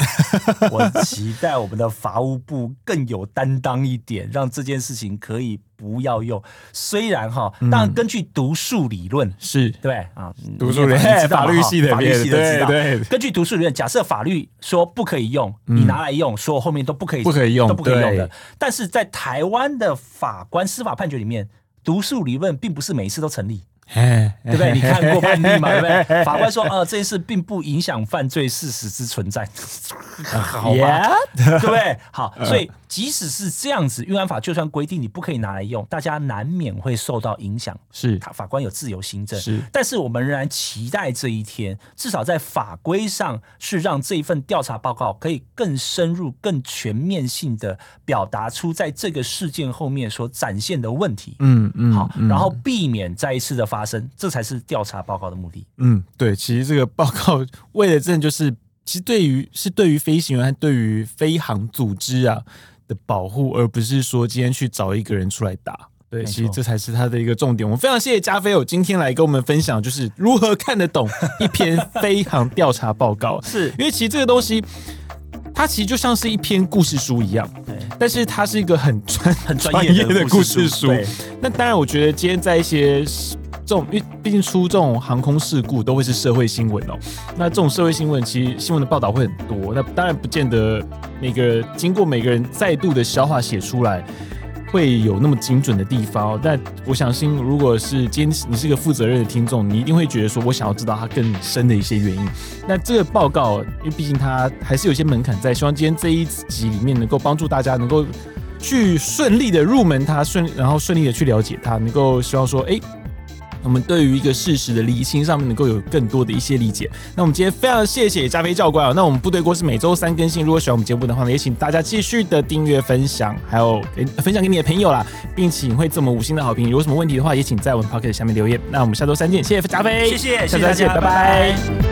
我期待我们的法务部更有担当一点，让这件事情可以不要用。虽然哈，
嗯
当然根据读数理论，
是
对啊，
读
你
书人哎
也知道嘛
法律系的
哈法律系的
对
知道
对
根据读书人，假设法律说不可以用，你拿来用，说后面都不可以，
嗯不可以用
都不可以用的
对。
但是在台湾的法官司法判决里面，读书理论并不是每一次都成 立，
哎，
对不对？你看过判例嘛？对不对？法官说，呃，这件事并不影响犯罪事实之存在， 好吧？对不对？ 好，
嗯
所以即使是这样子，运安法就算规定你不可以拿来用，大家难免会受到影响。
是
他法官有自由行政，
是
但是我们仍然期待这一天，至少在法规上是让这一份调查报告可以更深入、更全面性的表达出在这个事件后面所展现的问题。
嗯嗯，
好，
嗯
然后避免再一次的发生，这才是调查报告的目的。
嗯，对，其实这个报告为了证就是，其实对于是对于飞行员和对于飞航组织啊的保护，而不是说今天去找一个人出来打。对，
没错
其实这才是他的一个重点。我们非常谢谢加菲有哦今天来跟我们分享，就是如何看得懂一篇飞航调查报告，
是
因为其实这个东西。它其实就像是一篇故事书一样，
对
但是它是一个很专
很专业的
故
故
事
事
书
书对。
那当然，我觉得今天在一些这种，因为毕竟出这种航空事故都会是社会新闻哦。那这种社会新闻，其实新闻的报道会很多。那当然，不见得每个人经过每个人再度的消化写出来。会有那么精准的地方哦、但我相信，如果是今天你是一个负责任的听众，你一定会觉得说，我想要知道它更深的一些原因。那这个报告，因为毕竟它还是有一些门槛在，希望今天这一集里面能够帮助大家能够去顺利的入门它，顺然后顺利的去了解它，能够希望说，哎、我们对于一个事实的厘清上面能够有更多的一些理解。那我们今天非常谢谢加菲教官啊、那我们部队锅是每周三更新，如果喜欢我们节目的话呢，也请大家继续的订阅、分享，还有、诶分享给你的朋友啦，并请会这么五星的好评。如果有什么问题的话，也请在我们 p o c k e t 下面留言。那我们下周三见，谢谢加菲，
谢谢，
下周
谢谢
再
大
见，
家，
拜拜
拜